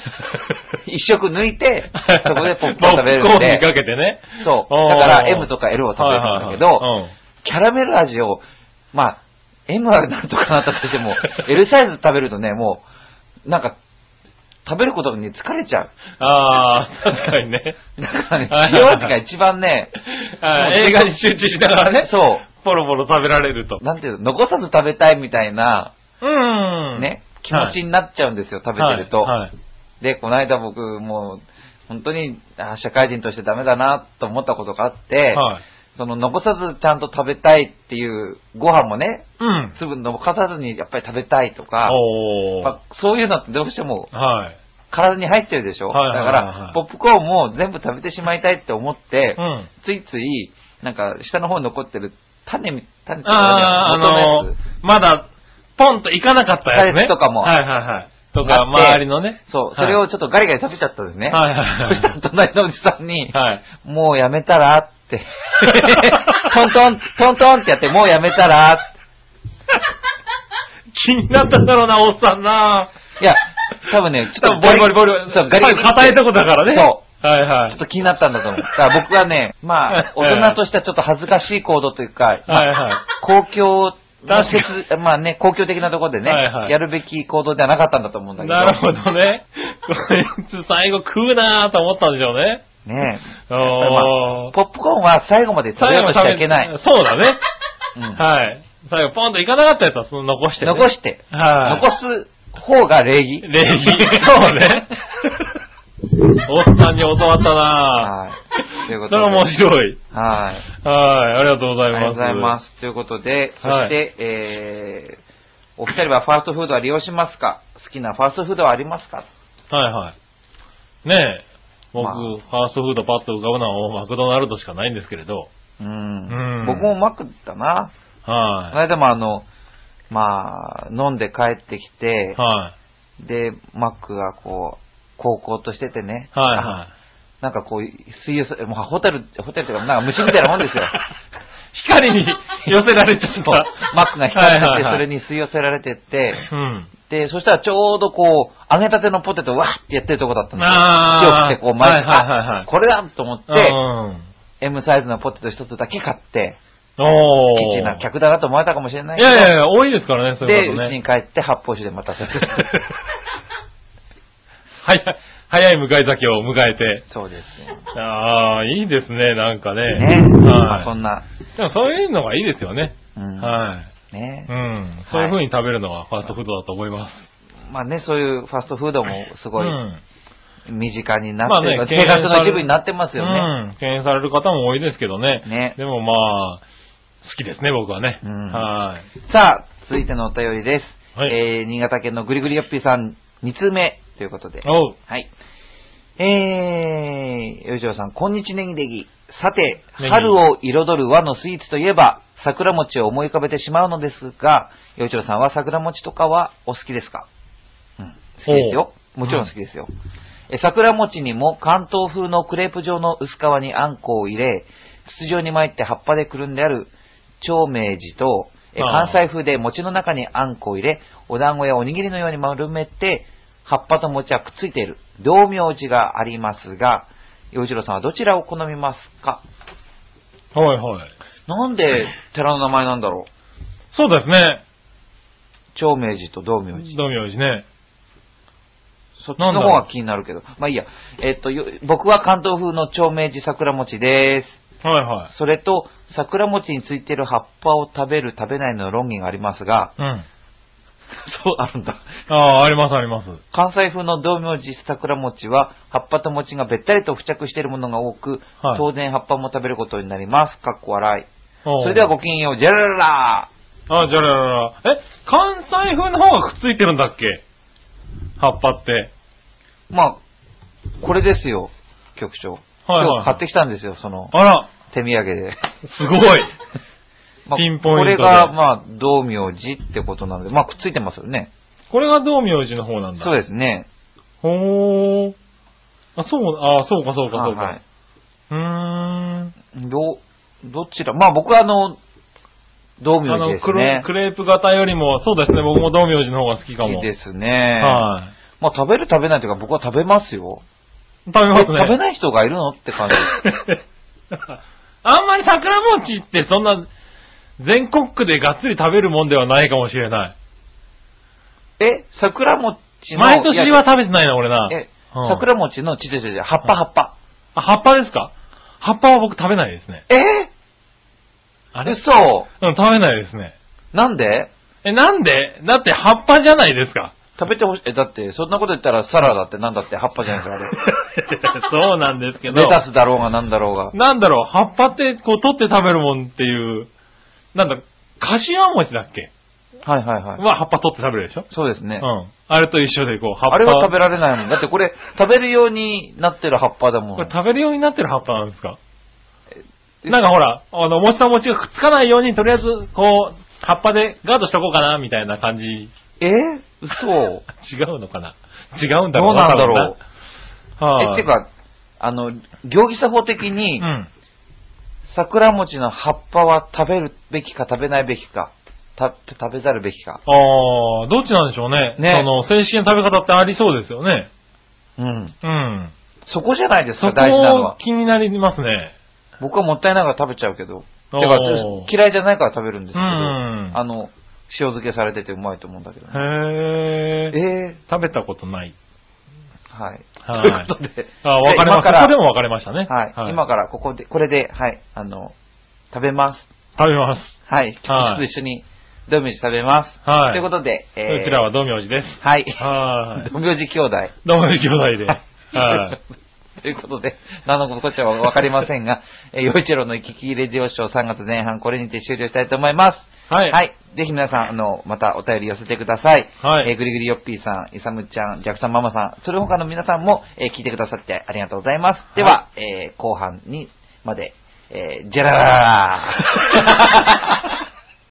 [SPEAKER 1] 一食抜いて、
[SPEAKER 2] *laughs*
[SPEAKER 1] そこでポップコーン食べれ
[SPEAKER 2] ポ
[SPEAKER 1] る
[SPEAKER 2] ップコー
[SPEAKER 1] ん
[SPEAKER 2] ンにか
[SPEAKER 1] で、
[SPEAKER 2] けてね。
[SPEAKER 1] そう。
[SPEAKER 2] おー
[SPEAKER 1] だから M とか L を食べるんだけ
[SPEAKER 2] はいはい
[SPEAKER 1] ど、
[SPEAKER 2] はい
[SPEAKER 1] キャラメル味を、まあ、M はなんとかなったとして
[SPEAKER 2] *laughs*
[SPEAKER 1] も、L サイズ食べるとね、もう、なんか、食べることに疲れちゃう。
[SPEAKER 2] うんああ、確かにね。
[SPEAKER 1] だからね
[SPEAKER 2] はい、
[SPEAKER 1] 塩味が一番ね、
[SPEAKER 2] あー
[SPEAKER 1] もう
[SPEAKER 2] 映画に集中しながらね、
[SPEAKER 1] *laughs* そ
[SPEAKER 2] ポロポロ食べられると
[SPEAKER 1] う、。なんていうの、残さず食べたいみたいな、
[SPEAKER 2] うん。
[SPEAKER 1] ね、気持ちになっちゃうんですよ、食べてると。
[SPEAKER 2] はいはい。
[SPEAKER 1] で、この間僕、もう、本当に、あ社会人としてダメだなと思ったことがあって、
[SPEAKER 2] はい
[SPEAKER 1] その残さずちゃんと食べたいっていう、ご飯もね、
[SPEAKER 2] うん。
[SPEAKER 1] 粒残さずにやっぱり食べたいとか、
[SPEAKER 2] おー
[SPEAKER 1] まあそういうのってどうしても
[SPEAKER 2] はい。
[SPEAKER 1] 体に入ってるでしょ、
[SPEAKER 2] はいはいはいはい
[SPEAKER 1] だから、ポップコーンも全部食べてしまいたいって思って、
[SPEAKER 2] うん。
[SPEAKER 1] ついつい、なんか、下の方に残ってる種み、種と
[SPEAKER 2] ああ、
[SPEAKER 1] か
[SPEAKER 2] あのー、まだ、ポンといかなかったやつ
[SPEAKER 1] キャ
[SPEAKER 2] ね。
[SPEAKER 1] ベツとかも
[SPEAKER 2] はいはいはい。と
[SPEAKER 1] あ
[SPEAKER 2] か、
[SPEAKER 1] って
[SPEAKER 2] 周りのね。
[SPEAKER 1] そう、それをちょっとガリガリ食べちゃったんですね。
[SPEAKER 2] はいはいは
[SPEAKER 1] そ
[SPEAKER 2] い
[SPEAKER 1] したら隣のおじさんに、
[SPEAKER 2] はい。
[SPEAKER 1] もうやめたらって、 *laughs* トントン、トントンってやって、もうやめたらって
[SPEAKER 2] 気になったんだろうな、おっさんな。
[SPEAKER 1] いや、多分ね、ちょっと
[SPEAKER 2] ボリボリボリ。
[SPEAKER 1] そう、ガリガリ。
[SPEAKER 2] 硬いとこだからね。。
[SPEAKER 1] そう
[SPEAKER 2] はいは
[SPEAKER 1] ちょっ
[SPEAKER 2] い。
[SPEAKER 1] と気になったんだと思う。だから僕は
[SPEAKER 2] *laughs*
[SPEAKER 1] ね、まあ、大人としてはちょっと恥ずかしい行動というか、
[SPEAKER 2] はいは
[SPEAKER 1] 公共の施
[SPEAKER 2] 確
[SPEAKER 1] 設、まあね、公共的なところでね、
[SPEAKER 2] はいはい
[SPEAKER 1] やるべき行動ではなかったんだと思うんだ
[SPEAKER 2] い。
[SPEAKER 1] けど。
[SPEAKER 2] なるほどね。こいつ最後食うなーと思ったんでしょうね。
[SPEAKER 1] ねえ。やっぱりま
[SPEAKER 2] お
[SPEAKER 1] あ
[SPEAKER 2] ー。
[SPEAKER 1] ポップコーンは最後まで食べようとしちゃいけない。
[SPEAKER 2] 最後食べそうだね。
[SPEAKER 1] うん
[SPEAKER 2] はい。最後ポンといかなかったやつはその残してね。
[SPEAKER 1] 残して。
[SPEAKER 2] はい。
[SPEAKER 1] 残す方が礼儀。
[SPEAKER 2] 礼儀。そうね。 *laughs* おっさんに教わったなぁ。
[SPEAKER 1] はい。というこ
[SPEAKER 2] それ
[SPEAKER 1] と
[SPEAKER 2] は
[SPEAKER 1] で。
[SPEAKER 2] 面白い。
[SPEAKER 1] はい。
[SPEAKER 2] はい、ありがとうご
[SPEAKER 1] あ
[SPEAKER 2] ざい
[SPEAKER 1] りが
[SPEAKER 2] ます。
[SPEAKER 1] とうございます。ということで、そして、
[SPEAKER 2] は
[SPEAKER 1] えー、お二人はファーストフードは利用しますか好きなファーストフードはありますか
[SPEAKER 2] す。はいはい。ねえ、僕、
[SPEAKER 1] まあ
[SPEAKER 2] ファーストフードパッと浮かぶのはもうマクドナルドしかないんですけれど。
[SPEAKER 1] う
[SPEAKER 2] うん
[SPEAKER 1] ん。僕もマックだな。この
[SPEAKER 2] は
[SPEAKER 1] 間もあの、まあ、飲んで帰ってきて
[SPEAKER 2] い。、は
[SPEAKER 1] で、マックがこう、高校としててね。
[SPEAKER 2] い。はいは
[SPEAKER 1] あなんかこう、水泳、もうホテル、ホテルというか、なんか虫みたいなもんです
[SPEAKER 2] *laughs*
[SPEAKER 1] よ。
[SPEAKER 2] い。光に寄せられちゃった。
[SPEAKER 1] マックが光って
[SPEAKER 2] はい
[SPEAKER 1] て、
[SPEAKER 2] はい
[SPEAKER 1] そ
[SPEAKER 2] はい
[SPEAKER 1] れに吸い寄せられてって、
[SPEAKER 2] うん。
[SPEAKER 1] で、そしたらちょうどこう、揚げたてのポテトわーってやってるとこだったんですよ。
[SPEAKER 2] あー
[SPEAKER 1] 塩振ってこう巻いて、
[SPEAKER 2] はいはいはいはい
[SPEAKER 1] あこれだと思って、
[SPEAKER 2] うん。
[SPEAKER 1] M サイズのポテト一つだけ買って、
[SPEAKER 2] おー。
[SPEAKER 1] ケチな客だなと思われたかもしれない
[SPEAKER 2] い
[SPEAKER 1] けど、
[SPEAKER 2] やいやいや、多いですからね、そうい
[SPEAKER 1] で、
[SPEAKER 2] うこと
[SPEAKER 1] うち
[SPEAKER 2] ね
[SPEAKER 1] に。帰って発泡酒でまたそれ
[SPEAKER 2] *laughs* 早い、早い向かい先を迎えて。
[SPEAKER 1] そうですよ。
[SPEAKER 2] ああ、いいですね、なんかね。
[SPEAKER 1] ね。まあそ
[SPEAKER 2] は
[SPEAKER 1] んな、
[SPEAKER 2] い。でもそういうのがいいですよね。
[SPEAKER 1] うん
[SPEAKER 2] はい。
[SPEAKER 1] ね
[SPEAKER 2] う。ん。そういう風に食べるのはファーストフードだと思います。
[SPEAKER 1] まあね、そういうファストフードもすごい
[SPEAKER 2] うん
[SPEAKER 1] 身近になってる、
[SPEAKER 2] まあね
[SPEAKER 1] 生活の一部になってますよね。
[SPEAKER 2] うん。敬遠される方も多いですけどね。
[SPEAKER 1] ね
[SPEAKER 2] でもまあ、好きですね、僕はね。
[SPEAKER 1] うん
[SPEAKER 2] はい。
[SPEAKER 1] さあ、続いてのお便りです。
[SPEAKER 2] はい
[SPEAKER 1] えー、新潟県のぐりぐりよっぴーさん、2通目ということで。
[SPEAKER 2] おう。
[SPEAKER 1] はい。えー、よいじょうさん、こんにちねぎねぎ。さて、
[SPEAKER 2] ネギ
[SPEAKER 1] 春を彩る和のスイーツといえば、桜餅を思い浮かべてしまうのですが、よいじょうさんは桜餅とかはお好きですかうん、好きですよ。
[SPEAKER 2] おう
[SPEAKER 1] もちろん好きですよ。え桜餅にも関東風のクレープ状の薄皮にあんこを入れ、筒状に巻いて葉っぱでくるんである長明寺と、え
[SPEAKER 2] あ
[SPEAKER 1] 関
[SPEAKER 2] ー
[SPEAKER 1] 西風で餅の中にあんこを入れ、お団子やおにぎりのように丸めて、葉っぱと餅はくっついている、道明寺がありますが、洋一郎さんはどちらを好みますか
[SPEAKER 2] はいはい。
[SPEAKER 1] なんで寺の名前なんだろう
[SPEAKER 2] そうですね。
[SPEAKER 1] 長明寺と道明寺。
[SPEAKER 2] 道明寺ね。
[SPEAKER 1] そっちの方が気になるけど。まあいいや。えっと、よ僕は関東風の長明寺桜餅です。
[SPEAKER 2] はいは
[SPEAKER 1] それと、桜餅についてる葉っぱを食べる、食べないの論議があります
[SPEAKER 2] *laughs*
[SPEAKER 1] が、
[SPEAKER 2] い。うん。
[SPEAKER 1] そう、あるんだ。
[SPEAKER 2] ああ、ありますあります。
[SPEAKER 1] 関西風の道明寺桜餅は、葉っぱと餅がべったりと付着しているものが多く、
[SPEAKER 2] はい
[SPEAKER 1] 当然葉っぱも食べることになります。かっこ笑い。
[SPEAKER 2] おう
[SPEAKER 1] それではごきげんよう、ジェラララ
[SPEAKER 2] あ、じゃららら。え、関西風の方がくっついてるんだっけ葉っぱって。
[SPEAKER 1] まあ、これですよ、局長。
[SPEAKER 2] はいはい
[SPEAKER 1] 今日買ってきたんですよ、その、
[SPEAKER 2] あら、
[SPEAKER 1] 手土産で。
[SPEAKER 2] す
[SPEAKER 1] *laughs*
[SPEAKER 2] ごい。
[SPEAKER 1] まあ
[SPEAKER 2] ピンポイントで
[SPEAKER 1] これが、まあ、道明寺ってことなので、まあ、くっついてますよね。
[SPEAKER 2] これが道明寺の方なんだ。
[SPEAKER 1] そう
[SPEAKER 2] で
[SPEAKER 1] で
[SPEAKER 2] す。
[SPEAKER 1] すね。
[SPEAKER 2] ほー。あ、そう、あ、そうかそうかそうか。
[SPEAKER 1] はいはいう
[SPEAKER 2] ーん。
[SPEAKER 1] ど、どちらまあ、僕はあの、道明寺
[SPEAKER 2] あの
[SPEAKER 1] です
[SPEAKER 2] クレ
[SPEAKER 1] ね、。
[SPEAKER 2] クレープ型よりも、そうですね、僕も道明寺の方が好きか
[SPEAKER 1] 好
[SPEAKER 2] も。
[SPEAKER 1] きですね。
[SPEAKER 2] はい。
[SPEAKER 1] まあ、食べる食べないというか、僕は食べますよ。
[SPEAKER 2] 食べますね。
[SPEAKER 1] 食べない人がいるのって感じ。
[SPEAKER 2] *laughs* あんまり桜餅ってそんな、全国区でがっつり食べるもんではないかもしれない。
[SPEAKER 1] え、桜餅の。
[SPEAKER 2] 毎年
[SPEAKER 1] い
[SPEAKER 2] は
[SPEAKER 1] や
[SPEAKER 2] 食べてないな、俺な。
[SPEAKER 1] え
[SPEAKER 2] うん、
[SPEAKER 1] 桜餅の、ちちちち、葉っぱ葉っぱ。
[SPEAKER 2] あ、葉っぱですか葉っぱは僕食べないですね。
[SPEAKER 1] え
[SPEAKER 2] あれ
[SPEAKER 1] 嘘
[SPEAKER 2] うん、食べないですね。
[SPEAKER 1] なんで
[SPEAKER 2] え、なんでだって葉っぱじゃないですか。 *laughs*
[SPEAKER 1] 食べてほしい。え、だって、そんなこと言ったらサラダってなんだって葉っぱじゃないですか、あれ。
[SPEAKER 2] そうなんですけど。
[SPEAKER 1] レタスだろうがなんだろうが。
[SPEAKER 2] なんだろう、葉っぱってこう取って食べるもんっていう、なんだ、かしわ餅だっけ
[SPEAKER 1] はいはいはい。
[SPEAKER 2] は葉っぱ取って食べるでしょ
[SPEAKER 1] そうですね。
[SPEAKER 2] うん。あれと一緒で、こう、葉っぱ。
[SPEAKER 1] あれは食べられないもん。だってこれ、食べるようになってる葉っぱだもん。
[SPEAKER 2] これ食べるようになってる葉っぱなんですか
[SPEAKER 1] え
[SPEAKER 2] なんかほら、あの、餅と餅がくっつかないように、とりあえず、こう、葉っぱでガードしとこうかな、みたいな感じ。違
[SPEAKER 1] え嘘。
[SPEAKER 2] うのかな違うんだ
[SPEAKER 1] ど
[SPEAKER 2] ろう
[SPEAKER 1] うなんだろう。
[SPEAKER 2] う。は
[SPEAKER 1] え、
[SPEAKER 2] い。
[SPEAKER 1] っていうか、あの、行儀作法的
[SPEAKER 2] う
[SPEAKER 1] に、
[SPEAKER 2] ん。
[SPEAKER 1] 桜餅の葉っぱは食べるべきか食べないべきか、た食べざるべきか。
[SPEAKER 2] ああ、どっちなんでしょうね。
[SPEAKER 1] ね
[SPEAKER 2] その、正式な食べ方ってありそうですよね。
[SPEAKER 1] うん。
[SPEAKER 2] うん。
[SPEAKER 1] そこじゃないです
[SPEAKER 2] そ
[SPEAKER 1] か、大事なの
[SPEAKER 2] こ
[SPEAKER 1] は。
[SPEAKER 2] 気になりますね。
[SPEAKER 1] 僕はもったいないから食べちゃうけど。
[SPEAKER 2] おー
[SPEAKER 1] てか、嫌いじゃないから食べるんですけ
[SPEAKER 2] う
[SPEAKER 1] ど、あ
[SPEAKER 2] ん。
[SPEAKER 1] の、塩漬けされててうまいと思うんだけど、ね。
[SPEAKER 2] へえ。
[SPEAKER 1] え
[SPEAKER 2] 食べたことない。
[SPEAKER 1] ー、はい。
[SPEAKER 2] はい
[SPEAKER 1] ということで。
[SPEAKER 2] ああ、わかり
[SPEAKER 1] 今
[SPEAKER 2] ま
[SPEAKER 1] か
[SPEAKER 2] した。
[SPEAKER 1] ら
[SPEAKER 2] ここでもわかりましたね。
[SPEAKER 1] はい。今からここで、これで、はい、あの、食べます。
[SPEAKER 2] 食べます。
[SPEAKER 1] はい。ちょっと一緒に、ドミジ食べます。
[SPEAKER 2] はい
[SPEAKER 1] ということで、え
[SPEAKER 2] うちらは道明寺です。
[SPEAKER 1] はい。
[SPEAKER 2] *laughs* はい。
[SPEAKER 1] *laughs* ドミジ兄弟。
[SPEAKER 2] 道明寺兄弟で。はい。
[SPEAKER 1] ということで、何のことかはわかりませんが、えー、洋一郎の行き来レディオショー3月前半、これにて終了したいと思います。
[SPEAKER 2] はい。
[SPEAKER 1] ぜひ皆さん、あの、またお便り寄せてください。
[SPEAKER 2] はい
[SPEAKER 1] えーぐりぐりよっぴーさん、いさむちゃん、ジャクさんママさん、それ他の皆さんも、えー聞いてくださってありがとうございます。では、えー後半に、まで、えー、ジェラララ